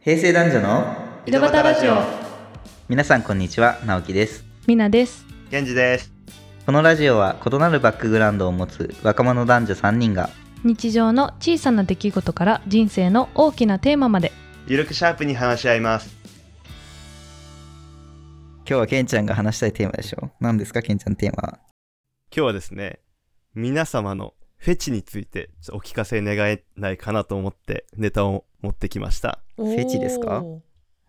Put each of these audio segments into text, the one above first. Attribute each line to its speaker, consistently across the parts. Speaker 1: 平成男女の
Speaker 2: 井戸端ラジオ
Speaker 1: 皆さんこんにちは直樹です
Speaker 2: みなです
Speaker 3: ケンジです。
Speaker 1: このラジオは異なるバックグラウンドを持つ若者男女3人が
Speaker 2: 日常の小さな出来事から人生の大きなテーマまで
Speaker 3: ゆるくシャープに話し合います。
Speaker 1: 今日はケンちゃんが話したいテーマでしょ何ですかケンちゃんのテーマは
Speaker 3: 今日はですね、皆様のフェチについてちょっとお聞かせ願えないかなと思ってネタを持ってきました。
Speaker 1: フェチですか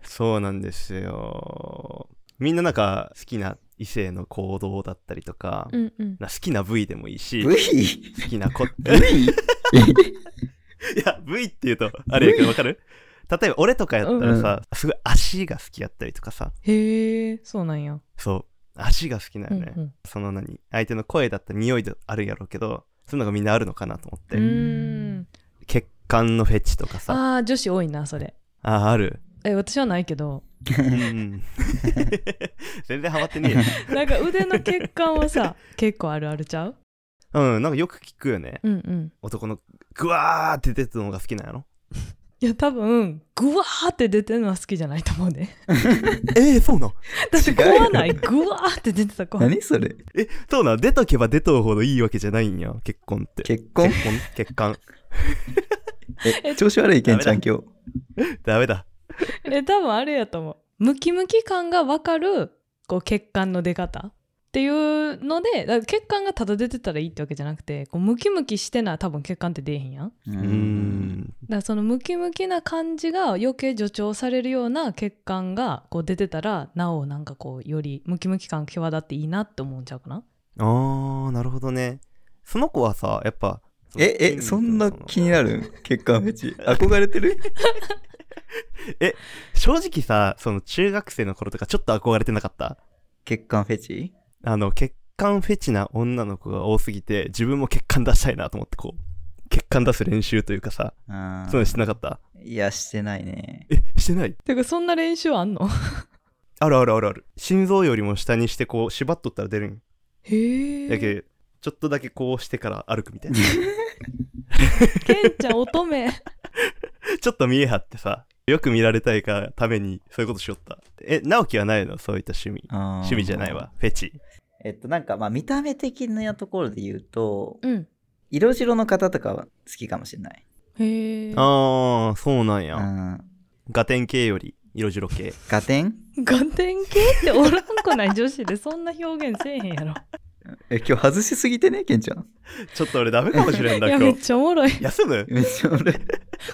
Speaker 3: そうなんですよ。みんななんか好きな異性の行動だったりとか、
Speaker 2: うんうん
Speaker 3: な好きな部位でもいいし、
Speaker 1: V? い
Speaker 3: 好きなこ
Speaker 1: V?
Speaker 3: いや、部位って言うと、あれやけどわかる例えば俺とかやったらさ、すごい足が好きやったりとかさ、
Speaker 2: へえそうなんや、
Speaker 3: そう、足が好きなん
Speaker 2: う
Speaker 3: よ
Speaker 2: ん
Speaker 3: ね。
Speaker 2: うん
Speaker 3: その何相手の声だったり匂いであるやろうけどそういうのがみんなあるのかなと思っ
Speaker 2: う
Speaker 3: て、
Speaker 2: ーん
Speaker 3: 血管のフェチとかさ
Speaker 2: ああ女子多いなそれ
Speaker 3: あある、
Speaker 2: え私はないけど
Speaker 3: うん 全然ハマってね
Speaker 2: なんか腕の血管 はさ結構あるあるちゃう
Speaker 3: えうんなんかよく聞くよね
Speaker 2: うんうん
Speaker 3: 男のグワーって出てるのが好きなんやろ
Speaker 2: いや多分グワーって出てるのは好きじゃないと思うね
Speaker 3: えー、そうなん
Speaker 2: だって
Speaker 1: 違うよ
Speaker 2: 怖ないグワーって出てた子
Speaker 1: 何それ
Speaker 3: えそうなん出とけば出とうほどいいわけじゃないんや結婚って
Speaker 1: 結婚
Speaker 3: 結婚血管
Speaker 1: え調子悪いケンちゃん今日
Speaker 3: ダメだ
Speaker 2: え多分あれやと思うムキムキ感が分かるこう血管の出方っていうのでだから血管がただ出てたらいいってわけじゃなくてこうムキムキしてな多分血管って出えへんやんだか
Speaker 1: う
Speaker 3: うーん
Speaker 2: らそのムキムキな感じが余計助長されるような血管がこう出てたらなおなんかこうよりムキムキ感際立っていいなって思うんちゃうかな
Speaker 3: あーなるほどねその子はさやっぱ
Speaker 1: ええそんな気になる血管フェチ憧れてる
Speaker 3: 正直さその中学生の頃とかちょっと憧れてなかった
Speaker 1: 血管フェチ
Speaker 3: あの血管フェチな女の子が多すぎて自分も血管出したいなと思ってこう血管出す練習というかさ
Speaker 1: あ
Speaker 3: そうい
Speaker 1: ー
Speaker 3: うのしてなかった
Speaker 1: いやしてないね
Speaker 3: えしてない
Speaker 2: てかそんな練習あんの
Speaker 3: あるあるあるある心臓よりも下にしてこう縛っとったら出るん
Speaker 2: へ
Speaker 3: や
Speaker 2: え
Speaker 3: けちょっとだけこうしてから歩くみたいな
Speaker 2: ケンちゃん乙女
Speaker 3: ちょっと見え張ってさよく見られたいからためにそういうことしよったえ直樹はないのそういった趣味
Speaker 1: 趣
Speaker 3: 趣味じゃないわフェチ
Speaker 1: えっとなんかまあ見た目的なところで言うと
Speaker 2: うん
Speaker 1: 色白の方とかは好きかもしれない。
Speaker 2: へえ
Speaker 3: ああそうなん
Speaker 1: う
Speaker 3: や、
Speaker 1: ん。
Speaker 3: ガテン系より色白系
Speaker 1: ガテン
Speaker 2: ガテン系っておらんくない女子でそんな表現せえへんやろ
Speaker 1: え、今日外しすぎてね、ケンちゃん。
Speaker 3: ちょっと俺ダメかもしれんない
Speaker 2: や
Speaker 3: 今
Speaker 2: めっ
Speaker 3: 日
Speaker 2: ちゃおもろい
Speaker 3: 休む
Speaker 1: めっちゃ俺。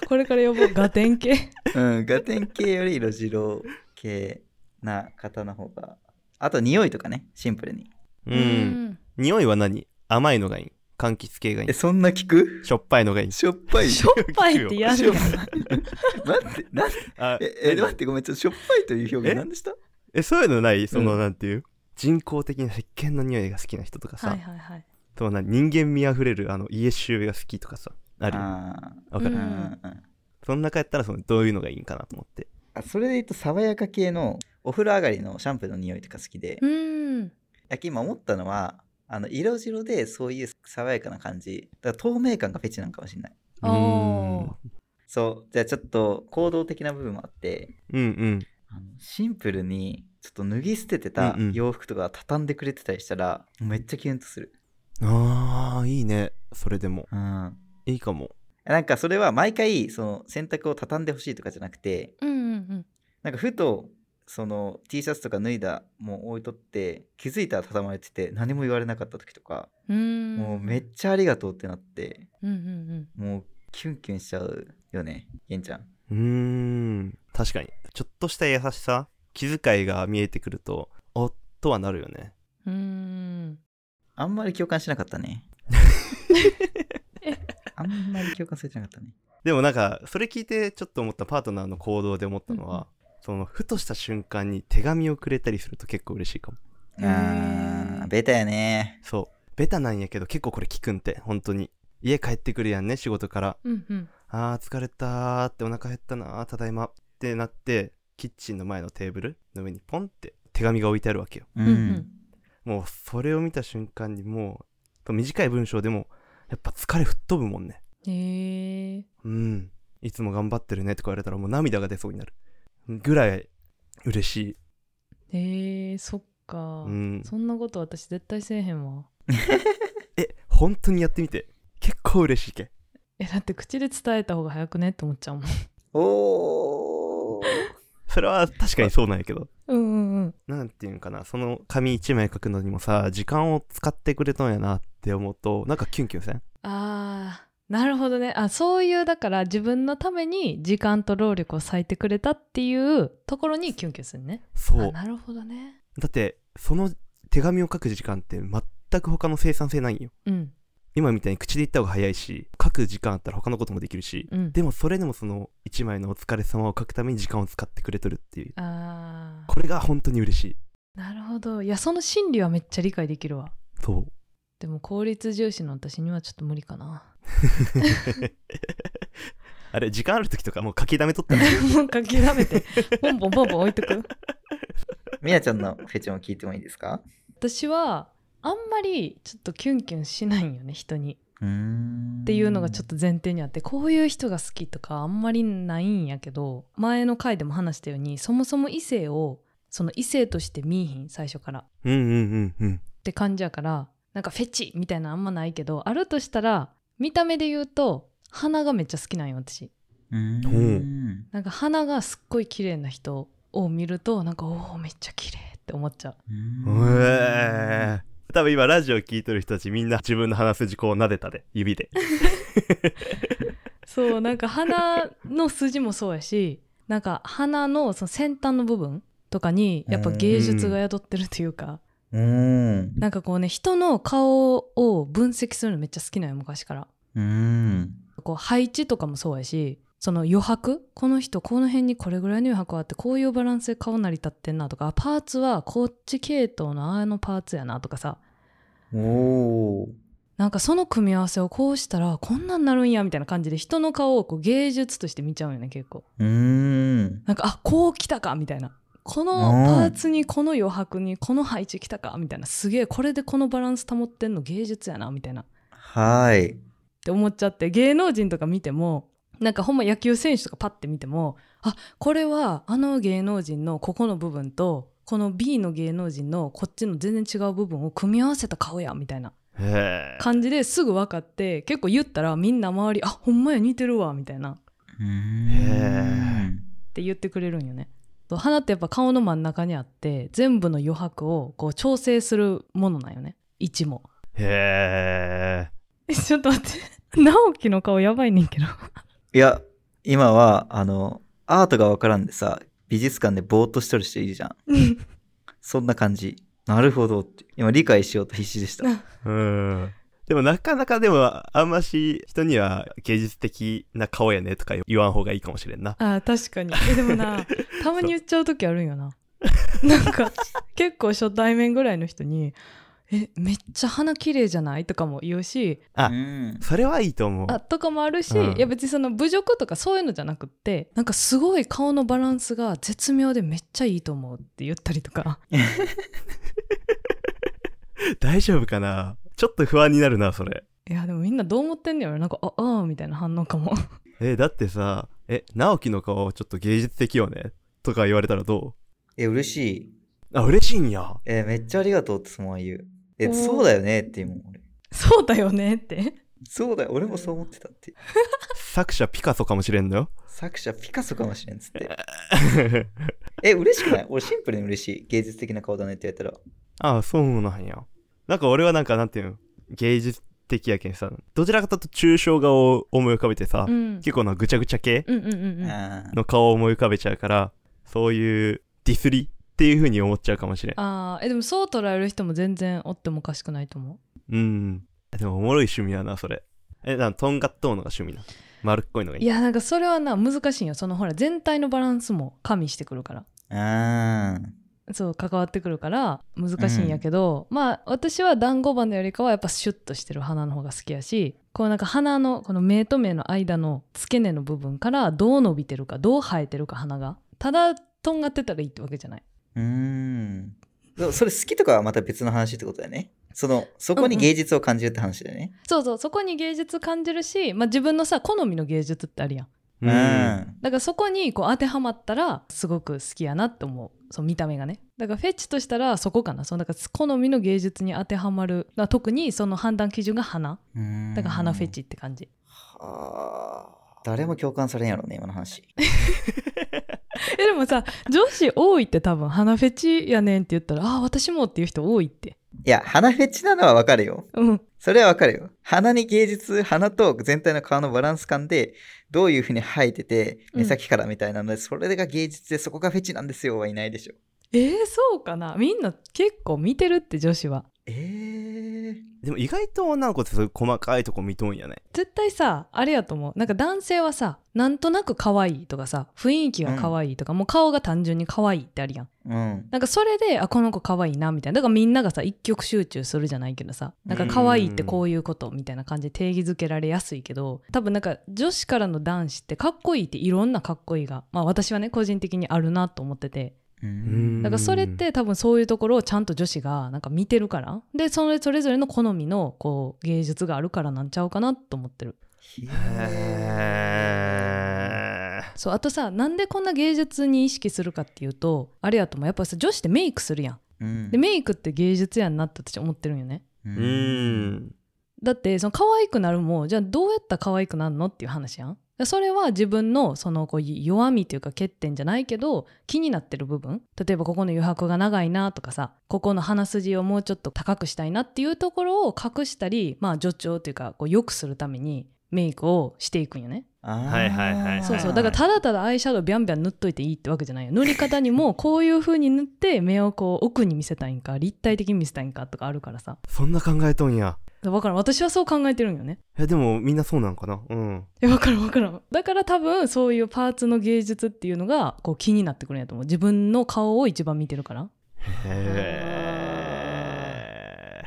Speaker 2: これから呼ぼうガテン系
Speaker 1: うん、ガテン系より色白系な方の方が。あと匂いとかね、シンプルに。
Speaker 3: うん匂いは何甘いのがいい柑橘系がい
Speaker 1: え、
Speaker 3: い
Speaker 1: そんな聞く
Speaker 3: しょっぱいのがいい
Speaker 1: しょっぱい。
Speaker 2: しょっぱいってやるやん
Speaker 1: 待って、なん
Speaker 3: あ
Speaker 1: え、え、
Speaker 3: 何
Speaker 1: 待って、ごめん、ちょっとしょっぱいという表現
Speaker 3: え
Speaker 1: なんでした
Speaker 3: えそういうのないその、
Speaker 1: うん
Speaker 3: なんていう人工的な石鹸の匂いが好きな人と かさ、
Speaker 2: はいはいはい
Speaker 3: とな人間味あふれるあの家臭が好きとかさあるよ
Speaker 1: あ
Speaker 3: わ
Speaker 1: ー
Speaker 3: か
Speaker 1: う
Speaker 3: る、
Speaker 1: ん
Speaker 2: う
Speaker 1: うん
Speaker 3: その中やったらそのどういうのがいいんかなと思って
Speaker 1: あそれで言うと、爽やか系のお風呂上がりのシャンプーの匂いとか好きで。
Speaker 2: うん
Speaker 1: やけ今思ったのはあの色白でそういう爽やかな感じだから透明感がフェチなのかもしれない
Speaker 2: あー
Speaker 3: うん
Speaker 1: そうじゃあちょっと行動的な部分もあって
Speaker 3: うんうん
Speaker 1: あのシンプルにちょっと脱ぎ捨ててた
Speaker 3: うんうん
Speaker 1: 洋服とか畳んでくれてたりしたら、めっちゃキュンとする、
Speaker 3: あーいいねそれでも
Speaker 1: うん、
Speaker 3: いいかも
Speaker 1: なんかそれは毎回その洗濯を畳んでほしいとかじゃなくて
Speaker 2: うんうん
Speaker 1: なんかふとその T シャツとか脱いだもう置いとって気づいたら畳まれてて何も言われなかった時とか、
Speaker 2: うんうん
Speaker 1: もうめっちゃありがとうってなって
Speaker 2: うんうん
Speaker 1: もうキュンキュンしちゃうよね、げんちゃん。
Speaker 3: うーん確かにちょっとした優しさ気遣いが見えてくるとおっとはなるよね
Speaker 2: うんうん
Speaker 1: あんまり共感しなかったね。 あんまり共感されてなかったね。
Speaker 3: でもなんかそれ聞いてちょっと思ったパートナーの行動で思ったの
Speaker 2: うんうん
Speaker 3: は、そのふとした瞬間に手紙をくれたりすると結構嬉しいかも
Speaker 1: あー、ベタやね。
Speaker 3: そうベタなんやけど結構これ聞くんて本当に家帰ってくるやんね仕事から
Speaker 2: うんうん
Speaker 3: あー疲れたーってお腹減ったなーただいまってなってキッチンの前のテーブルの上にポンって手紙が置いてあるわけよ
Speaker 1: う
Speaker 2: うんん。
Speaker 3: もうそれを見た瞬間にもう短い文章でもやっぱ疲れ吹っ飛ぶもんね
Speaker 2: へえ
Speaker 3: うんいつも頑張ってるねとか言われたらもう涙が出そうになるぐらい嬉しい。
Speaker 2: へえー、そっか、
Speaker 3: うん、
Speaker 2: そんなこと私絶対せえへんわ
Speaker 3: え、本当にやってみて。結構嬉しいけ。
Speaker 2: えだって口で伝えた方が早くねって思っちゃうもん
Speaker 1: おー
Speaker 3: それは確かにそうなんやけど。
Speaker 2: うんうんうん
Speaker 3: なんていうんかな、その紙一枚書くのにもさ、時間を使ってくれたんやなって思うと、なんかキュンキュンせん
Speaker 2: あーなるほどねあそういうだから自分のために時間と労力を割いてくれたっていうところにキュンキュンするね
Speaker 3: そ
Speaker 2: あ
Speaker 3: う。
Speaker 2: なるほどね
Speaker 3: だって、その手紙を書く時間って全く他の生産性ないんよ。
Speaker 2: うん
Speaker 3: 今みたいに口で言った方が早いし、書く時間あったら他のこともできるし、
Speaker 2: うん
Speaker 3: でもそれでもその一枚のお疲れ様を書くために時間を使ってくれとるっていう。
Speaker 2: あ
Speaker 3: これが本当に嬉しい。
Speaker 2: ーなるほどいやその心理はめっちゃ理解できるわ
Speaker 3: そう。
Speaker 2: でも効率重視の私にはちょっと無理かな
Speaker 3: あれ、時間ある時とかもう書き溜めとったら、
Speaker 2: もう書き溜め てポンポンポンポン置いとく
Speaker 1: みやちゃんのフェチも聞いてもいいですか
Speaker 2: 私はあんまりちょっとキュンキュンしないんよね人に
Speaker 1: うーん
Speaker 2: っていうのがちょっ
Speaker 1: と
Speaker 2: と前提にあってこういう人が好きとかあんまりないんやけど前の回でも話したようにそもそも異性をその異性として見いひん最初からっ
Speaker 3: うんうんうんうん。
Speaker 2: て感じやからなんかフェチみたいなのあんまないけどあるとしたら見た目で言うと鼻がめっちゃ好きなんよ私
Speaker 1: う
Speaker 3: ほ
Speaker 1: ん
Speaker 2: なんか鼻がすっごい綺麗な人を見るとなんかおおめっちゃ綺麗って思っちゃう
Speaker 1: うん
Speaker 3: えー、多分今ラジオ聞いとる人たちみんな自分の鼻筋こう撫でたで指で
Speaker 2: そうなんか鼻の筋もそうやしなんか鼻のその先端の部分とかにやっぱ芸術が宿ってるというか、
Speaker 1: うん
Speaker 2: なんかこうね人の顔を分析するのめっちゃ好きなの昔から
Speaker 1: うん
Speaker 2: こう配置とかもそうやしその余白この人この辺にこれぐらいの余白あってこういうバランスで顔成り立ってんなとかあパーツはこっち系統のあのパーツやなとかさ
Speaker 1: おー
Speaker 2: なんかその組み合わせをこうしたらこんなんなるんやみたいな感じで人の顔をこう芸術として見ちゃうよね結構。
Speaker 1: うん
Speaker 2: なんかあこう来たかみたいなこの
Speaker 1: うん
Speaker 2: パーツにこの余白にこの配置来たかみたいなすげえこれでこのバランス保ってんの芸術やなみたいなっ
Speaker 1: はい
Speaker 2: て思っちゃって芸能人とか見てもなんかほんま野球選手とかパッて見てもあこれはあの芸能人のここの部分とこの B の芸能人のこっちの全然違う部分を組み合わせた顔やみたいな
Speaker 3: へー
Speaker 2: 感じですぐ分かって結構言ったらみんな周りあほんまや似てるわみたいな
Speaker 1: うん
Speaker 3: へ
Speaker 2: って言ってくれるんよね。と花ってやっぱ顔の真ん中にあって全部の余白をこう調整するものなんよね位置も。
Speaker 3: へ
Speaker 2: えちょっと待って 直樹の顔やばいねんけど。
Speaker 1: いや今はあのアートがわからんでさ美術館でぼーっとしとる人いるじゃんそんな感じなるほどって今理解しようと必死でした
Speaker 3: ーうんでもなかなかでもあんまし人には芸術的な顔やねとか言わん方がいいかもしれんな
Speaker 2: あー確かに。えでもな たまに言っちゃう時あるんよな。なんか結構初対面ぐらいの人に「えめっちゃ鼻綺麗じゃない?」とかも言うし
Speaker 3: あ
Speaker 1: うん
Speaker 3: それはいいと思う
Speaker 2: あとかもあるし、
Speaker 3: うん
Speaker 2: いや別にその侮辱とかそういうのじゃなくってなんかすごい顔のバランスが絶妙でめっちゃいいと思うって言ったりとか。
Speaker 3: 大丈夫かなちょっと不安になるなそれ
Speaker 2: いやでもみんなどう思ってんねやろなんかああーみたいな反応かも
Speaker 3: えだってさえ直樹の顔ちょっと芸術的よねとか言われたらど
Speaker 1: え嬉しいう
Speaker 3: あ嬉しいんや
Speaker 1: えめっちゃありがとうってそのまま言う
Speaker 2: お
Speaker 1: え
Speaker 2: ー
Speaker 1: そうだよねって言うもん俺
Speaker 2: そうだよねって
Speaker 1: そうだよ俺もそう思ってたって
Speaker 3: 作者ピカソかもしれんのよ
Speaker 1: 作者ピカソかもしれんっつってえ嬉しくない俺シンプルに嬉しい芸術的な顔だねって言われたら
Speaker 3: ああ、そうなんや。なんか俺はなんかなんていうの芸術的やけんさ、どちらかというと抽象画を思い浮かべてさ、
Speaker 2: うん
Speaker 3: 結構なぐちゃぐちゃ系
Speaker 2: うんうんうんうんあ
Speaker 1: あー
Speaker 3: の顔を思い浮かべちゃうから、そういうディスリっていう風に思っちゃうかもしれん。
Speaker 2: あーえでもそう捉える人も全然おってもおかしくないと思
Speaker 3: うん。でもおもろい趣味やな、それ。え、なんとんがっとうのが趣味な。丸っこいのがいう
Speaker 2: い
Speaker 3: い。
Speaker 2: やなんかそれはな難しいんよそのほら全体のバランスも加味してくるから
Speaker 1: あー
Speaker 2: そう関わってくるから難しいんやけど、まあ私は団子花よりかはやっぱシュッとしてる花の方が好きやしこうなんか花のこの目と目の間の付け根の部分からどう伸びてるかどう生えてるか花がただとんがってたらいいってわけじゃない。
Speaker 1: うーん。そそれ好きとかはまた別の話ってことだよね。そのそこに芸術を感じるって話だよね。
Speaker 2: そうそうそこに芸術感じるし、まあ、自分のさ好みの芸術ってあるやん
Speaker 1: うん。うん。
Speaker 2: だからそこにこう当てはまったらすごく好きやなって思うそう見た目がねだからフェチとしたらそこかなそうだから好みの芸術に当てはまるだから特にその判断基準が花だから花フェチって感じ、
Speaker 1: はあ。誰も共感されんやろね、今の話。
Speaker 2: えでもさ女子多いって多分花フェチやねんって言ったらああ私もっていう人多いって
Speaker 1: いや、花フェチなのはわかるよ。
Speaker 2: うん
Speaker 1: それはわかるよ。鼻に芸術、鼻と全体の顔のバランス感で、どういうふうに生えてて、
Speaker 2: うん
Speaker 1: 目先からみたいなので、それが芸術で、そこがフェチなんですよはいないでしょ。
Speaker 2: えー、そうかなみんな結構見てるって女子は
Speaker 1: えー、
Speaker 3: でも意外と女の子ってそういう細かいとこ見とんやね。
Speaker 2: 絶対さあれやと思うなんか男性はさなんとなく可愛いとかさ雰囲気が可愛いとか、もう顔が単純に可愛いってあるやん
Speaker 1: うん。
Speaker 2: なんかそれであこの子可愛いなみたいなだからみんながさ一極集中するじゃないけどさなんか可愛いってこういうことみたいな感じで定義づけられやすいけど多分なんか女子からの男子ってかっこいいっていろんなかっこいいがまあ私はね個人的にあるなと思ってて
Speaker 1: う
Speaker 3: うんん
Speaker 2: だからそれっ、て多分そういうところをちゃんと女子がなんか見てるからでそれそれぞれの好みのこう芸術があるからなんちゃうかなと思ってる
Speaker 1: へ
Speaker 3: へー
Speaker 2: そうあとさなんでこんな芸術に意識するかっていうとあれやともやっぱさ女子ってメイクするやん
Speaker 1: うん
Speaker 2: でメイクって芸術やんなって私思ってるんよね
Speaker 1: う
Speaker 3: う。ん。
Speaker 2: だってその可愛くなるもじゃあどうやったら可愛くなるのっていう話やんそれは自分のそのこう弱みというか欠点じゃないけど気になってる部分例えばここの余白が長いなとかさここの鼻筋をもうちょっと高くしたいなっていうところを隠したりまあ助長というかこう良くするためにメイクをしていくんよね
Speaker 1: あー
Speaker 3: はいはいはい
Speaker 2: そうそ
Speaker 1: は
Speaker 2: う
Speaker 1: い
Speaker 2: だからただただアイシャドウビャンビャン塗っといていいってわけじゃないよ塗り方にもこういう風に塗って目をこう奥に見せたいんか立体的に見せたいんかとかあるからさ
Speaker 3: そんな考えとんや。
Speaker 2: 分からん私はそう考えてるんよね
Speaker 3: え、でもみんなそうなんかなうん。
Speaker 2: え分からん分からんだから多分そういうパーツの芸術っていうのがこう気になってくるんやと思う自分の顔を一番見てるから
Speaker 3: へ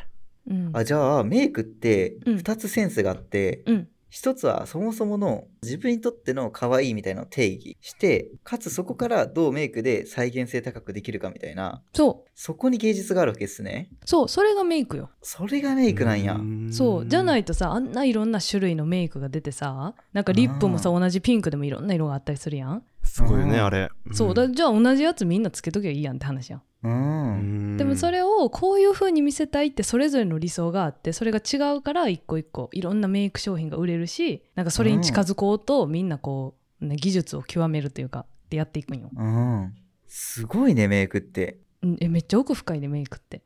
Speaker 3: ー。
Speaker 2: うん
Speaker 1: あじゃあメイクって
Speaker 2: うん
Speaker 1: 2つセンスがあって、
Speaker 2: うん
Speaker 1: 一1つはそもそもの自分にとっての可愛いみたいなのを定義してかつそこからどうメイクで再現性高くできるかみたいな
Speaker 2: そう
Speaker 1: そこに芸術があるわけですね
Speaker 2: そうそれがメイクよ
Speaker 1: それがメイクなんや
Speaker 2: そうじゃないいとさあんないろんな種類のメイクが出てさなんかリップもさ同じピンクでもいろんな色があったりするやん
Speaker 3: すごいよね、
Speaker 1: うん
Speaker 3: あれ。
Speaker 2: そうだじゃあ同じやつみんなつけときゃいいやんって話やん
Speaker 1: うん、
Speaker 2: でもそ
Speaker 3: れ。
Speaker 2: れをこういう風に見せたいってそれぞれの理想があってそれが違うから一個一個いろんなメイク商品が売れるしなんかそれに近づこうとみんなこう、ね、技術を極めるというかでやっていくんよ、
Speaker 1: うん、すごいねメイクって
Speaker 2: うんえめっちゃ奥深いねメイクって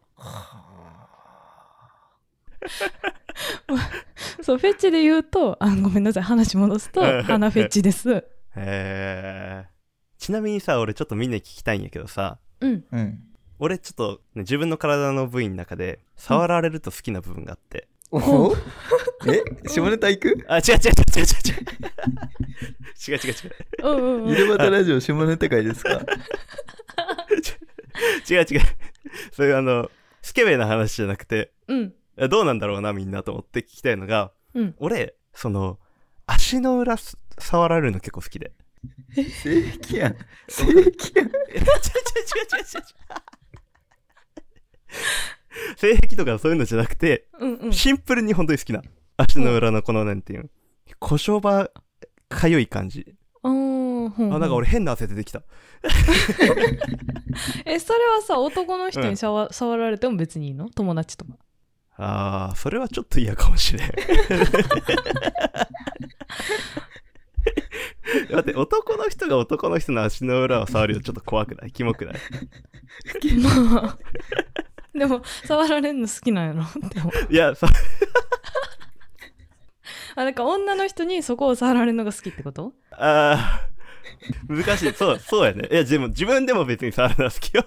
Speaker 2: そうフェチで言うとあごめんなさい話戻すと鼻フェチです
Speaker 3: へーちなみにさ、俺ちょっとみんなに聞きたいんやけどさ、
Speaker 2: うん
Speaker 1: うん
Speaker 3: 俺ちょっと、ね、自分の体の部位の中で触られると好きな部分があって。
Speaker 1: お
Speaker 2: ほ
Speaker 1: え下ネタ行く
Speaker 3: あ、違う 違う違う違う違う違う。違う違う違う。
Speaker 2: うんうんうん
Speaker 1: 井戸端ラジオ下ネタ会ですか
Speaker 3: 違う違う。そういうあの、スケベな話じゃなくて、
Speaker 2: うん
Speaker 3: えどうなんだろうな、みんなと思って聞きたいのが、
Speaker 2: うん
Speaker 3: 俺、その、足の裏す触られるの結構好 きで。
Speaker 1: 正規やん正規やん
Speaker 3: え違う違う違う違う違う。性癖とかそういうのじゃなくて、
Speaker 2: うんうん
Speaker 3: シンプルに本当に好きな。足の裏のこの、なんていうの、故障場、かゆい感じ。
Speaker 2: あーほんほ
Speaker 3: あ、なんか俺変な汗出てきた。
Speaker 2: えそれはさ男の人にさわ触られても別にいいの友達とか
Speaker 3: あー、それはちょっと嫌かもしれん。 だって男の人が男の人の足の裏を触るよりちょっと怖くないキモくない
Speaker 2: まあでも触られるの好きなんやろって思う
Speaker 3: いやそ
Speaker 2: あなんか女の人にそこを触られるのが好きってこと
Speaker 3: あー難しいそうそうやねいやでも自分でも別に触るのは好きよ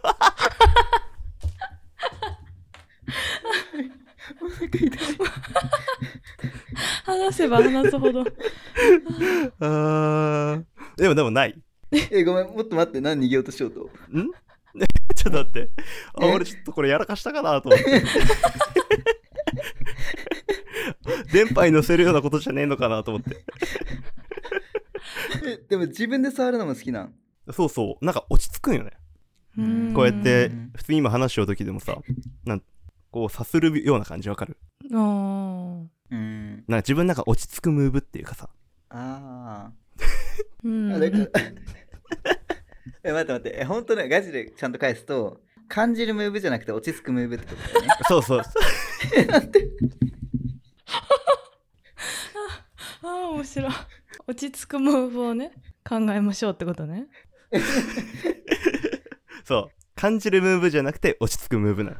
Speaker 2: 話せば話すほ ど
Speaker 3: あーでもでもないん
Speaker 1: えごめんもっと待って何逃げようとしようと
Speaker 3: ちょっと待ってあ
Speaker 1: え
Speaker 3: 俺ちょっとこれやらかしたかなと思って電波に乗せるようなことじゃねえのかなと思って
Speaker 1: えでも自分で触るのも好きなん
Speaker 3: そうそうなんか落ち着くんよね
Speaker 2: うん
Speaker 3: こうやって
Speaker 1: うん
Speaker 3: 普通に今話しよう時でもさなんこうさするような感じわかる
Speaker 2: あー
Speaker 1: うん
Speaker 3: なんか自分なんか落ち着くムーブっていうかさ
Speaker 1: あ
Speaker 2: うん
Speaker 1: あだから え待って待ってえ本当ねガチでちゃんと返すと感じるムーブじゃなくて落ち着くムーブってことだよね
Speaker 3: そうそう。
Speaker 2: あー面白い落ち着くムーブをね考えましょうってことね
Speaker 3: そう。感じるムーブじゃなくて落ち着くムーブなの。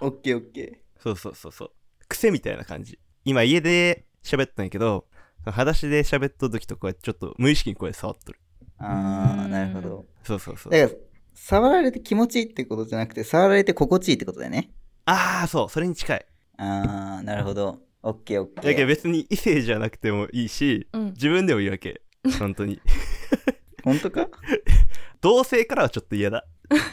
Speaker 1: オッケーオッケ
Speaker 3: そうそうそうそう。癖みたいな感じ。今家で喋ったんやけど、裸足で喋っとる時とかちょっと無意識にこれ触っとる。
Speaker 1: ーああなるほ
Speaker 2: う
Speaker 1: ど
Speaker 3: そうそうそう。
Speaker 1: だから触られて気持ちいいってことじゃなくて触られて心地いいってことだよね
Speaker 3: ああ、そう。それに近い。
Speaker 1: ああなるほどオッケーオッケ
Speaker 3: だけど
Speaker 1: ー
Speaker 3: 別に異性じゃなくてもいいし、
Speaker 2: うん
Speaker 3: 自分でもいいわけ。本当に。
Speaker 1: 本当か
Speaker 3: 同性からはちょっと嫌だ。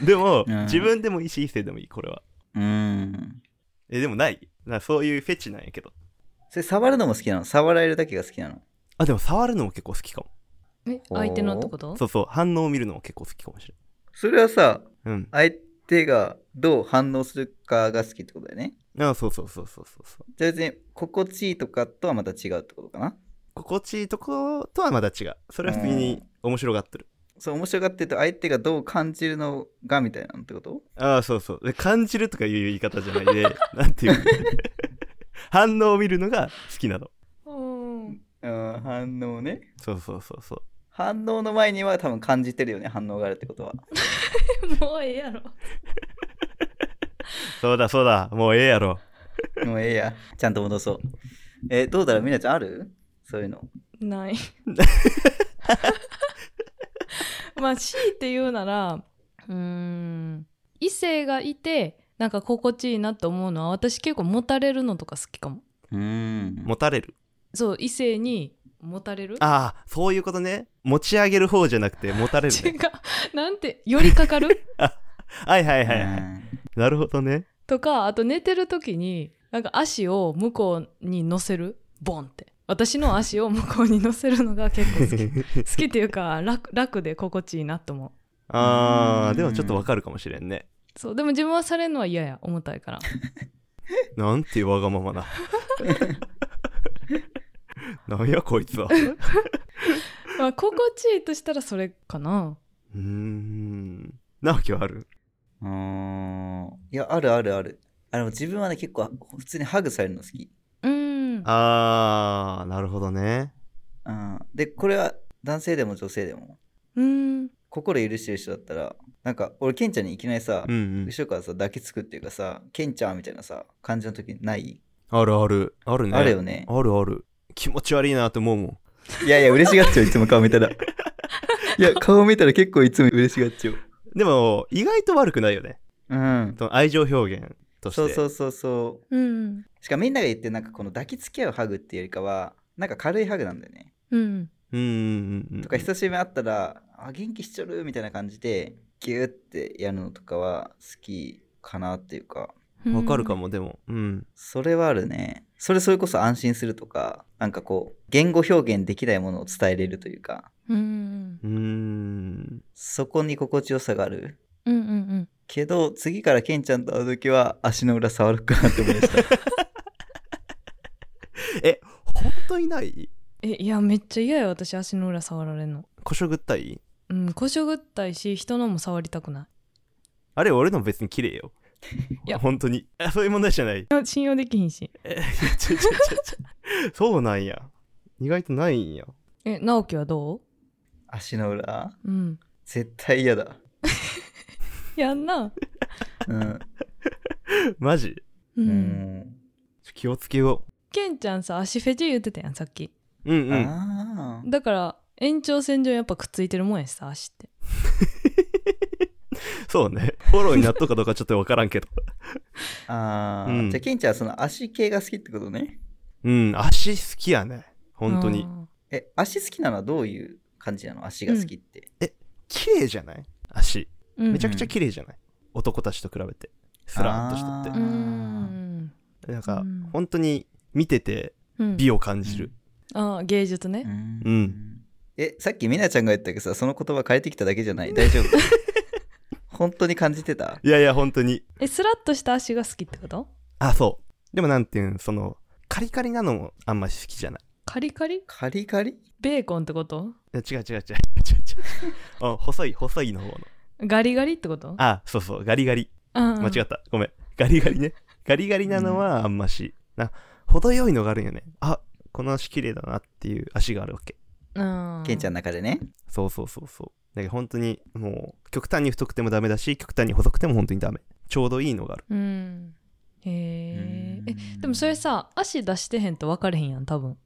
Speaker 3: でも、
Speaker 1: うん
Speaker 3: 自分でもいいし、異性でもいい、これは。
Speaker 1: うーん
Speaker 3: え、でもない。なそういうフェチなんやけど。
Speaker 1: それ触るのも好きなの触られるだけが好きなの
Speaker 3: あ、でも触るのも結構好きかも。
Speaker 2: え相手のってこと
Speaker 3: そうそう。反応を見るのも結構好きかもし
Speaker 1: それはさ
Speaker 3: れん。うん。
Speaker 1: 相手がどう反応するかが好きってことだよね
Speaker 3: あそうそうそうそうそうそう。
Speaker 1: じゃあ別に心地いいとかとはまた違うってことかな
Speaker 3: 心地いいとことはまだ違う。それは普通に面白がってる。
Speaker 1: そう面白がってると相手がどう感じるのがみたいなのってこと
Speaker 3: ああ、そうそう。で感じるとかいう言い方じゃないで、 なんていうの反応を見るのが好きなの。
Speaker 2: うん
Speaker 1: うん反応ね
Speaker 3: そうそうそうそう。
Speaker 1: 反応の前には多分感じてるよね反応があるってことは
Speaker 2: もうええやろ
Speaker 3: そうだそうだ。もうええやろ。
Speaker 1: もうええやちゃんと戻そうえどうだろうみなちゃんあるそういうの
Speaker 2: ないまあ C って言うならうーん異性がいてなんか心地いいなと思うのは私結構持たれるのとか好きかも
Speaker 1: うん
Speaker 3: 持たれる。
Speaker 2: そう異性に持たれる
Speaker 3: ああ、そういうことね。持ち上げる方じゃなくて持たれる、
Speaker 2: 違
Speaker 3: ね。
Speaker 2: うなんて寄りかかる
Speaker 3: はいはいはいはい。なるほど ね。
Speaker 2: とかあと寝てる時になんか足を向こうに乗せるボンって私の足を向こうに乗せるのが結構 好き好きっていうか楽楽で心地いいなと思う
Speaker 3: あ
Speaker 1: う
Speaker 3: あ、
Speaker 1: ん
Speaker 3: でもちょっとわかるかもしれんね。
Speaker 2: そうでも自分はされるのは嫌や重たいから
Speaker 3: なんていうわがまま な。なんやこいつは。
Speaker 2: まあ心地いいとしたらそれかな
Speaker 3: うーん。なわけはある。
Speaker 1: うんいやあるあるあるあの自分はね結構普通にハグされるの好き、
Speaker 2: うん
Speaker 3: あー、なるほどね。
Speaker 1: うん、でこれは男性でも女性でも
Speaker 2: うん
Speaker 1: 心許してる人だったらなんか俺ケンちゃんにいきなりさ、
Speaker 3: うんうん。
Speaker 1: 後ろからさ抱きつくっていうかさケンちゃんみたいなさ感じの時ない、
Speaker 3: あるある。あるね。
Speaker 1: あるよね
Speaker 3: あるある。気持ち悪いなって思うもん。
Speaker 1: いやいや嬉しがっちゃういつも顔見 たらいや顔見たら結構いつも嬉しがっちゃう
Speaker 3: でも、意外と悪くないよね。
Speaker 1: うん
Speaker 3: その愛情表現とし
Speaker 1: そう
Speaker 3: て。。
Speaker 1: そううそうそう
Speaker 2: うん
Speaker 1: しかもみんなが言ってるなんかこの抱きつき合うハグっていうよりかはなんか軽いハグなんだよね。
Speaker 2: うん
Speaker 3: うんうんうん。
Speaker 1: とか久しぶりに会ったら「あ元気しちょる」みたいな感じでギューってやるのとかは好きかなっていうか
Speaker 3: わかるか
Speaker 2: も
Speaker 3: も、でも。うん。
Speaker 1: それはあるね。それそれこそ安心するとかなんかこう言語表現できないものを伝えれるというか
Speaker 2: うん
Speaker 3: うーん。
Speaker 1: そこに心地よさがある。
Speaker 2: うんうんうん
Speaker 1: けど次からケンちゃんと会う時は足の裏触るかなって思いま した。
Speaker 3: 本当にない
Speaker 2: えいやめっちゃ嫌や私足の裏触られんの
Speaker 3: こしょぐったい
Speaker 2: うんこしょぐったいし人のも触りたくな
Speaker 3: あれ、俺の別に綺麗よ。
Speaker 2: いや
Speaker 3: 本当に。あそういう問題じゃ ない。
Speaker 2: い信用できひんし
Speaker 3: ちょちょちょちょそうなんや。意外とないんや。
Speaker 2: え直樹はど
Speaker 1: 足の裏
Speaker 2: ううん
Speaker 1: 絶対嫌だ。
Speaker 2: やんな
Speaker 1: うん。
Speaker 3: マジ
Speaker 2: う
Speaker 1: うんん、
Speaker 3: 気をつけよ
Speaker 2: ケンちゃんさ足フェチ言ってたやんさっき
Speaker 3: う。うんうん。
Speaker 1: ああ。
Speaker 2: だから延長線上やっぱくっついてるもんやしさ足って
Speaker 3: そうね。フォローになっとうかどうかちょっとわからんけど。
Speaker 1: ああ、
Speaker 3: うん
Speaker 1: じゃあケンちゃんはその足系が好きってことね
Speaker 3: うん、足好きやね。本当に
Speaker 2: あ。ー
Speaker 1: え足好きなのはどういう感じなの足が好きって、
Speaker 3: 綺麗じゃない足。
Speaker 2: うん
Speaker 3: めちゃくちゃ綺麗じゃない、男たちと比べて。スラーっとしとっ
Speaker 1: あ
Speaker 2: う
Speaker 1: ー
Speaker 3: て。
Speaker 2: ん
Speaker 3: なんか、
Speaker 2: うん
Speaker 3: 本当に見てて
Speaker 2: うん
Speaker 3: 美を感じる。
Speaker 2: あー芸術ね、
Speaker 1: ん
Speaker 3: うん
Speaker 1: えさっきみなちゃんが言ったけどさその言葉変えてきただけじゃない大丈 夫本当に感じてた
Speaker 3: いやいや、本当に。
Speaker 2: えスラッとした足が好きってこと
Speaker 3: あ、そう。でもなんていうん、その、カリカリなのもあんまり好きじゃない。
Speaker 2: カリカリ
Speaker 1: カリカリ
Speaker 2: ベーコンってこと
Speaker 3: いや違う違う違う違う違 ううん細い細いの方の
Speaker 2: ガリガリってこと
Speaker 3: あそうそうガリガリ
Speaker 2: あ
Speaker 3: 間違
Speaker 2: っ
Speaker 3: ったごめんガリガリねガリガリなのはあんましな程よいのがあるんよねあこの足綺麗だなっていう足があるわけ
Speaker 2: た
Speaker 1: ケンちゃん
Speaker 2: ん
Speaker 1: の中でね。
Speaker 3: そうそうそうそうだけど本当にもう極端に太くてもダメだし極端に細くても本当にダメちょうどいいのがある
Speaker 2: うんへええ
Speaker 1: うん
Speaker 2: でもそれさ足出してへんと分かれへんやん多分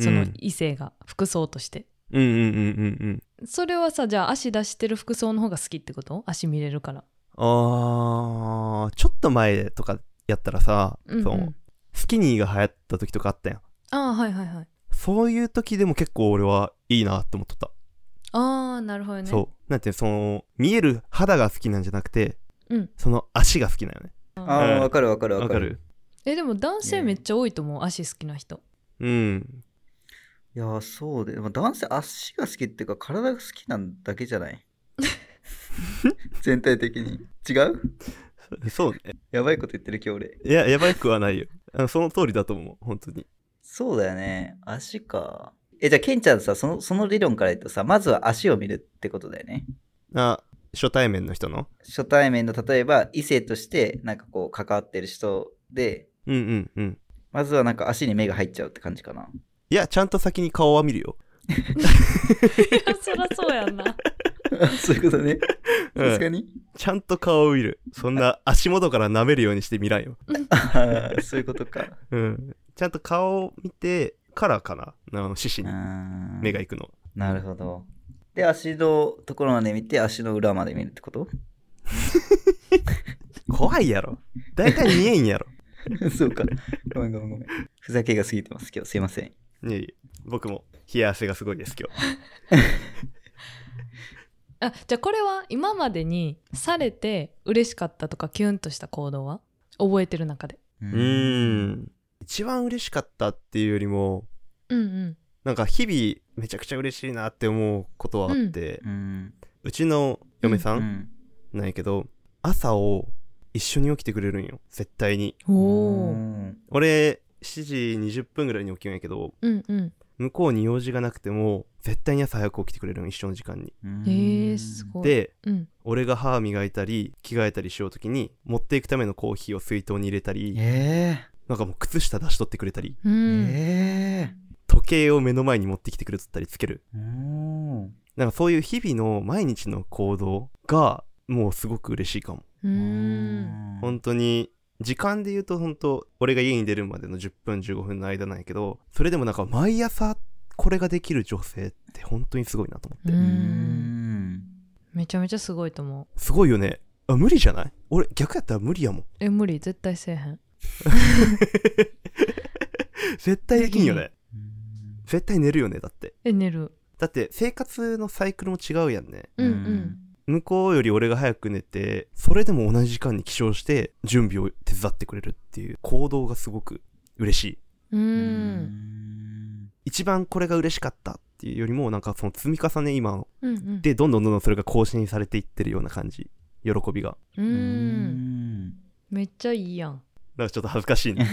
Speaker 2: その
Speaker 3: うん
Speaker 2: 異性が服装として、
Speaker 3: うんうんうんうんうん
Speaker 2: それはさじゃあ足出してる服装の方が好きってこと足見れるから
Speaker 3: あーちょっと前とかやったらさ、
Speaker 2: うんうん
Speaker 3: そのスキニーが流行った時とかあったやん
Speaker 2: ああはいはいはい
Speaker 3: そういう時でも結構俺はいいなって思っとった、
Speaker 2: ああなるほどね
Speaker 3: そうなんていうのその見える肌が好きなんじゃなくて
Speaker 2: うん
Speaker 3: その足が好きなよね
Speaker 1: あ
Speaker 3: う
Speaker 1: あ、
Speaker 3: ん
Speaker 1: わかるわかる
Speaker 3: わ
Speaker 1: わ
Speaker 3: か
Speaker 1: か
Speaker 3: る
Speaker 1: る。
Speaker 2: えでも男性めっちゃ多いと思う、足好きな人
Speaker 3: うん
Speaker 1: いやー、そうで。でも男性足が好きっていうか、体が好きなんだけじゃ ない全体的に。違う
Speaker 3: そうね
Speaker 1: やばいこと言ってる今日俺。
Speaker 3: いややばくはないよあのその通りだと思う本当に
Speaker 1: そうだよね。足か。え、じゃあケンちゃんさ、そのその理論から言うとさ、まずは足を見るってことだよね。
Speaker 3: あ初対面の人の
Speaker 1: 初対面の例えば異性としてなんかこう関わってる人で
Speaker 3: うんうんうん
Speaker 1: まずはなんか足に目が入っちゃうって感じか ない
Speaker 3: やちゃんと先に顔は見るよ
Speaker 2: いやそりゃそうやんな
Speaker 1: そういうことね
Speaker 3: うん
Speaker 1: さすが に、
Speaker 3: ちゃんと顔を見るそんな足元から舐めるようにして見らんよ
Speaker 1: ああそういうことか
Speaker 3: うんちゃんと顔を見てからかなあの獅子に目
Speaker 1: 目
Speaker 3: が行くの
Speaker 1: なるほどで足のところまで見て足の裏まで見るってこと
Speaker 3: 怖いやろ大体見えんやろ
Speaker 1: そうかごめんごめんごめんふざけが過ぎてます今日すいません
Speaker 3: いえいえ僕も冷や汗がすごいです今日
Speaker 2: あじゃあこれは今までにされて嬉しかったとかキュンとした行動は覚えてる中で
Speaker 1: う
Speaker 3: うーん一番嬉しかったっていうよりも
Speaker 2: うんうん
Speaker 3: なんか日々めちゃくちゃ嬉しいなって思うことはあって、
Speaker 1: う
Speaker 3: うんちの嫁さ
Speaker 1: うんん
Speaker 3: なんやけど、朝を一緒に起きてくれるんよ絶対に
Speaker 2: お
Speaker 1: う
Speaker 2: お
Speaker 1: ん
Speaker 3: 俺7時20分ぐらいに起きるんやけど
Speaker 2: うんうん
Speaker 3: 向こうに用事がなくても絶対に朝早く起きてくれるん一緒の時間に
Speaker 1: うん
Speaker 2: えー、すごい
Speaker 3: で
Speaker 2: うん
Speaker 3: 俺が歯磨いたり着替えたりしようときに持っていくためのコーヒーを水筒に入れたり
Speaker 1: え
Speaker 3: なんかもう靴下出しとってくれたり
Speaker 2: う
Speaker 1: ー、
Speaker 2: ん、
Speaker 1: え
Speaker 3: 時計を目の前に持ってきてくれとったりつける
Speaker 1: ー、うん
Speaker 3: なんかそういう日々の毎日の行動がもうすごく嬉しいかも
Speaker 2: うーん
Speaker 3: 本当に時間で言うと本当俺が家に出るまでの10分15分の間なんやけどそれでもなんか毎朝これができる女性って本当にすごいなと思って、
Speaker 2: う
Speaker 1: うんん
Speaker 2: めちゃめちゃすごいと思う
Speaker 3: すごいよねあ無理じゃない俺逆やったら無理やもん
Speaker 2: え無理絶対せえへん
Speaker 3: 絶対できんよね
Speaker 1: うん
Speaker 3: 絶対寝るよねだって
Speaker 2: え寝る
Speaker 3: だって生活のサイクルも違うやんね
Speaker 2: うんう
Speaker 1: うんん
Speaker 3: 向こうより俺が早く寝てそれでも同じ時間に起床して準備を手伝ってくれるっていう行動がすごく嬉しいう
Speaker 2: ーん
Speaker 3: 一番これが嬉しかったっていうよりもなんかその積み重ね今
Speaker 2: うんうん
Speaker 3: でどんどんどんどんそれが更新されていってるような感じ喜びが
Speaker 2: うー
Speaker 1: うんん
Speaker 2: めっちゃいいやん
Speaker 3: なんかちょっと恥ずかしいね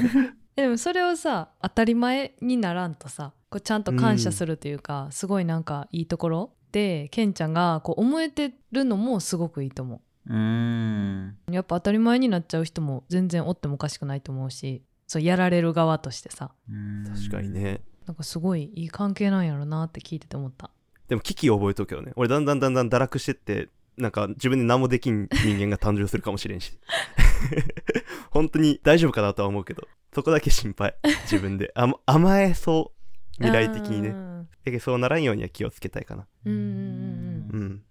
Speaker 2: えでもそれをさ当たり前にならんとさこうちゃんと感謝するというか、すごいなんかいいところでケンちゃんがこう思えてるのもすごくいいと思
Speaker 1: うん
Speaker 2: うやっぱ当たり前になっちゃう人も全然おってもおかしくないと思うしそうやられる側としてさ
Speaker 3: 確かにね
Speaker 2: なんかすごいいい関係なんやろなって聞いてて思った
Speaker 3: でも危機を覚えとくけどね俺だんだんだんだん堕落してってなんか自分で何もできん人間が誕生するかもしれんし本当に大丈夫かなとは思うけどそこだけ心配自分で甘甘えそう未来的にね
Speaker 2: う
Speaker 3: だ
Speaker 2: ん
Speaker 3: けどそうならんようには気をつけたいかな
Speaker 2: うんうん
Speaker 3: う
Speaker 1: うん
Speaker 3: ん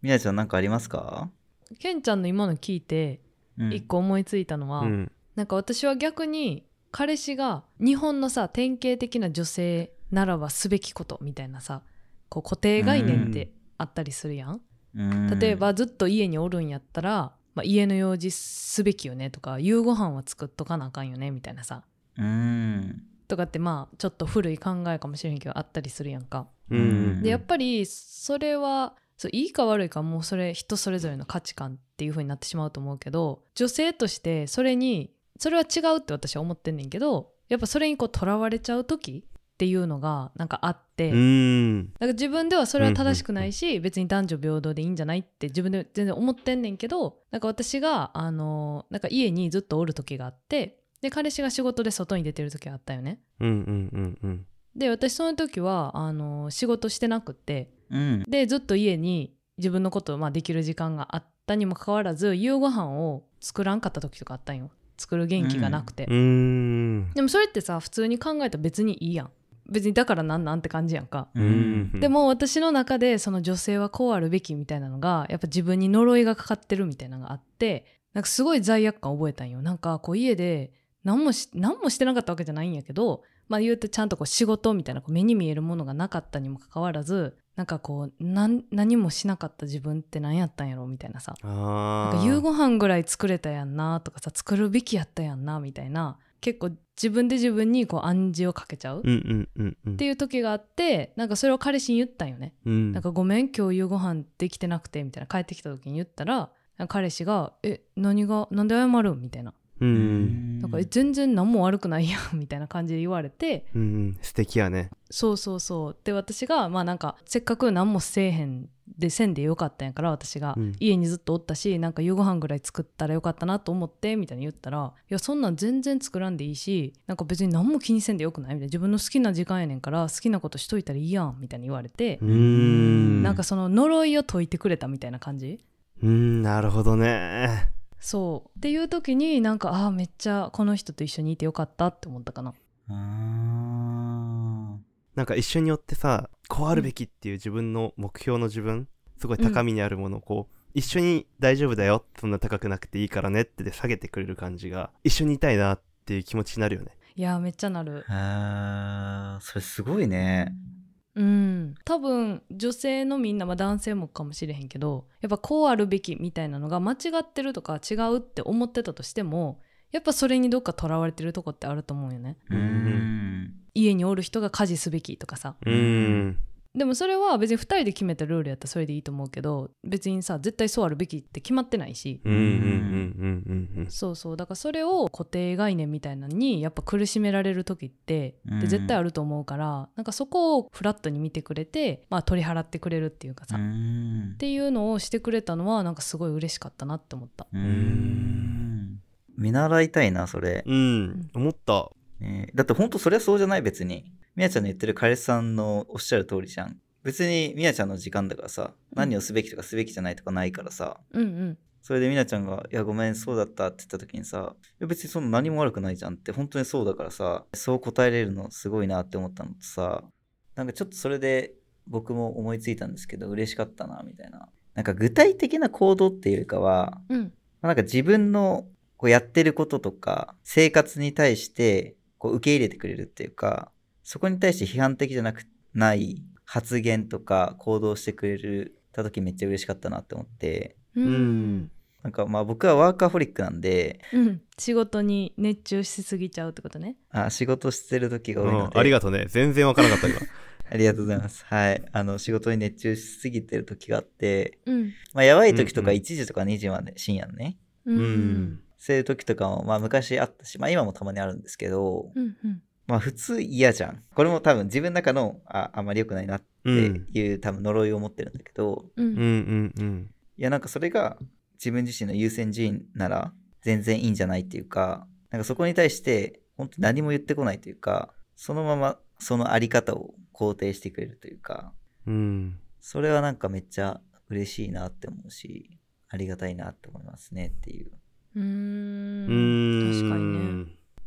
Speaker 1: みなちゃんなんかありますか
Speaker 2: うんケンちゃんの今の聞いて
Speaker 1: うん
Speaker 2: 一個思いついたのは、
Speaker 3: うん
Speaker 2: なんか私は逆に彼氏が日本のさ典型的な女性ならばすべきことみたいなさこう固定概念ってあったりするやん、
Speaker 1: うん
Speaker 2: 例えばずっと家におるんやったら、まあ、家の用事すべきよねとか夕ご飯は作っとかなあかんよねみたいなさ
Speaker 1: うん
Speaker 2: とかってまあちょっと古い考えかもしれんけどあったりするやんか
Speaker 3: う
Speaker 1: うんん
Speaker 2: でやっぱりそれはそういいか悪いかもうそれ人それぞれの価値観っていう風になってしまうと思うけど女性としてそれにそれは違うって私は思ってんねんけどやっぱそれにこうとらわれちゃう時っていうのがなんかあって、
Speaker 3: うーん
Speaker 2: なんか自分ではそれは正しくないし、別に男女平等でいいんじゃないって自分で全然思ってんねんけどなんか私が、あのなんか家にずっとおる時があってで彼氏が仕事で外に出てる時があったよね。
Speaker 3: うんうんうんうん
Speaker 2: で私その時はあの仕事してなくって
Speaker 1: うん。
Speaker 2: でずっと家に自分のことを、まあ、できる時間があったにもかかわらず夕ご飯を作らんかった時とかあったんよ作る元気がなくて、
Speaker 3: うーん
Speaker 2: でもそれってさ普通に考えたら別にいいやん別にだからなんなんって感じやんか、
Speaker 1: う。
Speaker 3: うんん
Speaker 2: でも私の中でその女性はこうあるべきみたいなのがやっぱ自分に呪いがかかってるみたいなのがあってなんかすごい罪悪感覚えたんよなんかこう家で何もし何もしてなかったわけじゃないんやけどまあ言うとちゃんとこう仕事みたいなこう目に見えるものがなかったにもかかわらずなんかこうなん何もしなかった自分って何やったんやろみたいなさ
Speaker 3: あ
Speaker 2: なん
Speaker 3: あ
Speaker 2: か夕ご飯ぐらい作れたやんなとかさ作るべきやったやんなみたいな結構自分で自分にこう暗示をかけちゃう
Speaker 3: うんうんうんうん
Speaker 2: っていう時があってなんかそれを彼氏に言ったんよね、
Speaker 3: うん
Speaker 2: なんかごめん今日夕ご飯できてなくてみたいな帰ってきた時に言ったらなんか彼氏が「え何がなんで謝るん?」みたいな
Speaker 3: う
Speaker 1: うんん。
Speaker 2: なんかえ全然何も悪くないやんみたいな感じで言われて
Speaker 3: うんうん素敵やね
Speaker 2: そうそうそうで私がまあなんかせっかく何もせえへんでせんでよかったんやから私が、
Speaker 3: うん
Speaker 2: 家にずっとおったしなんか夕ご飯ぐらい作ったらよかったなと思ってみたいに言ったら「いやそんなん全然作らんでいいしなんか別に何も気にせんでよくない?」みたいな自分の好きな時間やねんから好きなことしといたらいいやんみたいに言われて、
Speaker 3: うーん
Speaker 2: なんかその呪いを解いてくれたみたいな感じ
Speaker 3: うーんなるほどね
Speaker 2: そうっていう時になんかああめっちゃこの人と一緒にいてよかったって思ったかな
Speaker 1: あ
Speaker 3: なんか一緒によってさこうあるべきっていう自分の目標の自分すごい高みにあるものをこう、一緒に大丈夫だよそんな高くなくていいからねってで下げてくれる感じが一緒にいたいなっていう気持ちになるよね
Speaker 2: いやーめっちゃなる
Speaker 1: ーあー。それすごいね。
Speaker 2: うん多分女性のみんな、まあ、男性もかもしれへんけどやっぱこうあるべきみたいなのが間違ってるとか違うって思ってたとしてもやっぱそれにどっかとらわれてるとこってあると思うよね
Speaker 1: う
Speaker 3: うんん。
Speaker 2: 家におる人が家事すべきとかさ
Speaker 3: う
Speaker 1: うんん
Speaker 2: でもそれは別に2人で決めたルールやったらそれでいいと思うけど別にさ絶対そうあるべきって決まってないし
Speaker 3: うんうんうんうんうん
Speaker 2: そうそうだからそれを固定概念みたいなのにやっぱ苦しめられる時って
Speaker 1: う
Speaker 2: で
Speaker 1: ん
Speaker 2: 絶対あると思うからなんかそこをフラットに見てくれて、まあ、取り払ってくれるっていうかさ、
Speaker 1: う
Speaker 2: っ
Speaker 1: ん。
Speaker 2: ていうのをしてくれたのはなんかすごい嬉しかったなって思った。
Speaker 1: うん。見習いたいな、それ。
Speaker 3: うん思った
Speaker 1: ねえだってほんとそりゃそうじゃない別に。みやちゃんの言ってる彼氏さんのおっしゃる通りじゃん。別にみやちゃんの時間だからさ、何をすべきとかすべきじゃないとかないからさ、
Speaker 2: うんうん
Speaker 1: それでみなちゃんが「いやごめんそうだった」って言った時にさいや「別にそんな何も悪くないじゃん」って本当にそうだからさそう答えれるのすごいなって思ったのとさなんかちょっとそれで僕も思いついたんですけど嬉しかったなみたいななんか具体的な行動っていうよりかは
Speaker 2: うん
Speaker 1: まあなんか自分のこうやってることとか生活に対してこう受け入れてくれるっていうかそこに対して批判的じゃなくない発言とか行動してくれるた時めっちゃ嬉しかったなって思って
Speaker 2: うんん
Speaker 1: なんかまあ僕はワーカーホリックなんで
Speaker 2: うん、仕事に熱中しすぎちゃうってことね。
Speaker 1: あ仕事してる時が
Speaker 3: う
Speaker 1: 多いの
Speaker 3: ん
Speaker 1: で
Speaker 3: ありがとうね全然わからなかった今
Speaker 1: ありがとうございますはいあの仕事に熱中しすぎてる時があって、
Speaker 2: うん
Speaker 1: まあ、やばい時とか
Speaker 3: うんう
Speaker 1: 1
Speaker 3: ん
Speaker 1: 時とか2時まで深夜のね
Speaker 2: うん
Speaker 3: う
Speaker 2: うん
Speaker 3: ん
Speaker 1: そういう時とかもまあ昔あったしまあ今もたまにあるんですけど
Speaker 2: うんうん
Speaker 1: まあ普通嫌じゃんこれも多分自分の中のああんまり良くないなっ
Speaker 3: う
Speaker 1: て
Speaker 3: ん
Speaker 1: いう、多分呪いを持ってるんだけど
Speaker 2: うん
Speaker 3: うんうんうん
Speaker 1: いやなんかそれが自分自身の優先順位なら全然いいんじゃないっていうかなんかそこに対して本当に何も言ってこないというかそのままそのあり方を肯定してくれるというか
Speaker 3: うん
Speaker 1: それはなんかめっちゃ嬉しいなって思うしありがたいなって思いますねっていう
Speaker 2: うー
Speaker 3: うんん
Speaker 2: 確かにね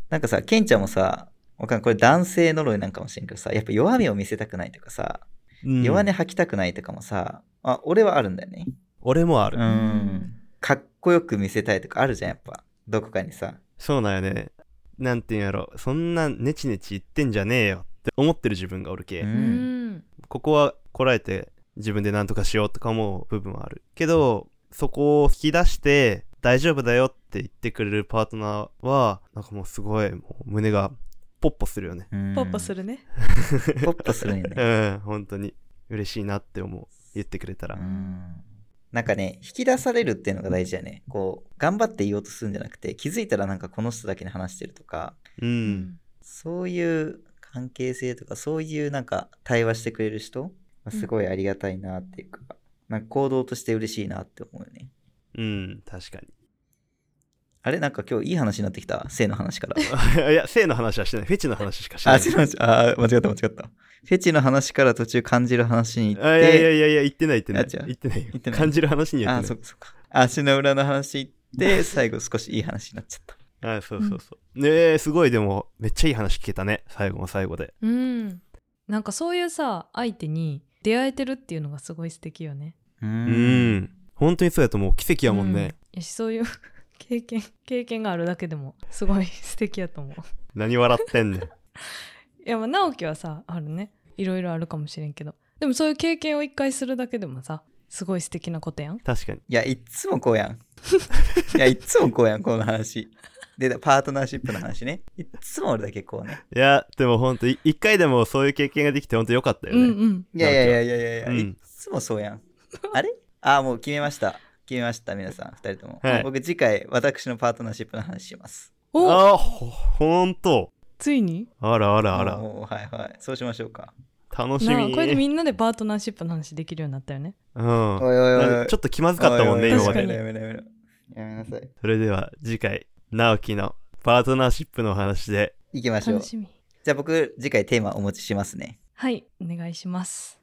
Speaker 1: なんかさケンちゃんもさわかんないこれ男性呪いなんかもしれんけどさやっぱ弱みを見せたくないというかさ
Speaker 3: うん
Speaker 1: 弱音吐きたくないとかもさ、あ俺はあるんだよね
Speaker 3: 俺もあ
Speaker 1: う
Speaker 3: る
Speaker 1: んかっこよく見せたいとかあるじゃんやっぱどこかにさ
Speaker 3: そうなんよね。なんていうんやろ、そんなネチネチ言ってんじゃねえよって思ってる自分がおるけ、
Speaker 1: う
Speaker 2: うんん
Speaker 3: ここはこらえて自分で何とかしようとか思う部分はある。けど、そこを引き出して大丈夫だよって言ってくれるパートナーは、なんかもうすごい、もう胸がポッポするよね。
Speaker 2: ポッポす
Speaker 1: る
Speaker 2: るね。
Speaker 1: ポッポするんよ
Speaker 3: う
Speaker 1: ね
Speaker 3: ん、本当に。嬉しいなって思う。言ってくれたら
Speaker 1: う。んなんかね引き出されるっていうのが大事だよねこう頑張って言おうとするんじゃなくて気づいたらなんかこの人だけに話してるとか
Speaker 3: うん。
Speaker 1: そういう関係性とかそういうなんか対話してくれる人はすごいありがたいなっていうか、なんか行動として嬉しいなって思うよね
Speaker 3: うん、確か
Speaker 1: あれなんか今日いい話になってきた性の話 から
Speaker 3: に。いや、性の話はしてない。フェチの話しかしてな
Speaker 1: あ
Speaker 3: い。
Speaker 1: 違う違うあー間違った間違ったフェチの話から途中感じる話に行
Speaker 3: あ
Speaker 1: っ
Speaker 3: いやいや
Speaker 1: て
Speaker 3: いやいや、言ってない言って
Speaker 1: あ違
Speaker 3: ない。
Speaker 1: う
Speaker 3: 言ってないよ
Speaker 1: 言ってない
Speaker 3: 感じる話には
Speaker 1: あ
Speaker 3: 言
Speaker 1: ー
Speaker 3: って
Speaker 1: そっ
Speaker 3: ない。
Speaker 1: かそっか足の裏の話行 って最後少しいい話になっちゃった
Speaker 3: あそうそうそう。ねえ、すごい、でも、めっちゃいい話聞けたね。最後の最後で。
Speaker 2: うんなんかそういうさ相手に出会えてるっていうのがすごい素敵よね
Speaker 1: う
Speaker 3: うんん。本当にそうやと思う。奇跡やもんね。
Speaker 2: うん、いやそういう経験 経験があるだけでもすごい素敵やと思う
Speaker 3: 何笑ってんね ん。
Speaker 2: いやまあ直樹はさあるねいろいろあるかもしれんけどでもそういう経験を一回するだけでもさすごい素敵なことやん
Speaker 3: 確かに。
Speaker 1: いやいっつもこうやんいやいっつもこうやんこの話でパートナーシップの話ねいっつも俺だけこうね
Speaker 3: いや、でも本当に、一回でもそういう経験ができて本当良かったよ
Speaker 2: うん
Speaker 3: ね。
Speaker 2: うん
Speaker 1: いやいやいやいやいやいや、
Speaker 3: うん
Speaker 1: いっつもそうやん。あれあーもう決めました。決めました、皆さん、二人とも。
Speaker 3: はい
Speaker 1: 僕、次回、私のパートナーシップの話します。
Speaker 2: お
Speaker 3: ああ、ほほんと。
Speaker 2: ついに
Speaker 3: あらあらあら。
Speaker 1: おーはいはい。そうしましょうか。
Speaker 3: 楽し
Speaker 2: なあ
Speaker 3: み。
Speaker 2: これでみんなでパートナーシップの話できるようになったよね
Speaker 3: うん。
Speaker 1: おいおいおい
Speaker 3: なんかちょっと気まずかったもんね、
Speaker 1: おいおい
Speaker 3: 今
Speaker 2: 確
Speaker 3: ま
Speaker 2: か
Speaker 3: で
Speaker 2: に。
Speaker 1: やめろやめろやめろ。やめなさい。
Speaker 3: それでは次回、直樹のパートナーシップのお話で。
Speaker 1: 行きましょう。
Speaker 2: 楽
Speaker 1: じ
Speaker 2: しみ
Speaker 1: ゃあ僕、次回テーマお持ちしますね。
Speaker 2: はいお願いします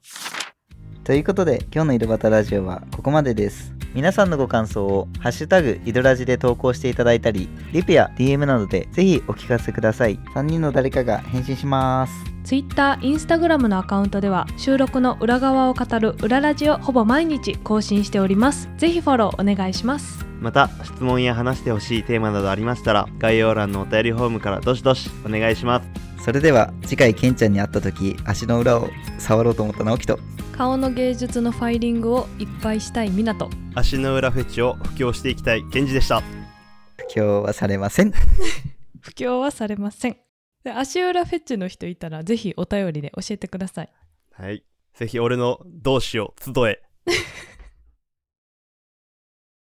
Speaker 1: ということで、今日の井戸端ラジオはここまでです。皆さんのご感想を、ハッシュタグ、井戸ラジで投稿していただいたり、リプや DM などでぜひお聞かせください。3人の誰かが返信します。
Speaker 2: Twitter、Instagram のアカウントでは収録の裏側を語る裏ラジをほぼ毎日更新しておりますぜひフォローお願いします
Speaker 3: また、質問や話してほしいテーマなどありましたら、概要欄のお便りフォームからどしどしお願いします。
Speaker 1: それでは次回ケンちゃんに会った時足の裏を触ろうと思った直樹と
Speaker 2: 顔の芸術のファイリングをいっぱいしたい湊
Speaker 3: 足の裏フェチを布教していきたい、ケンジでした。
Speaker 1: 今日はされません
Speaker 2: 布教はされませんで足裏フェチの人いたらぜひお便りで教えてください
Speaker 3: はい。ぜひ俺の同志を集え。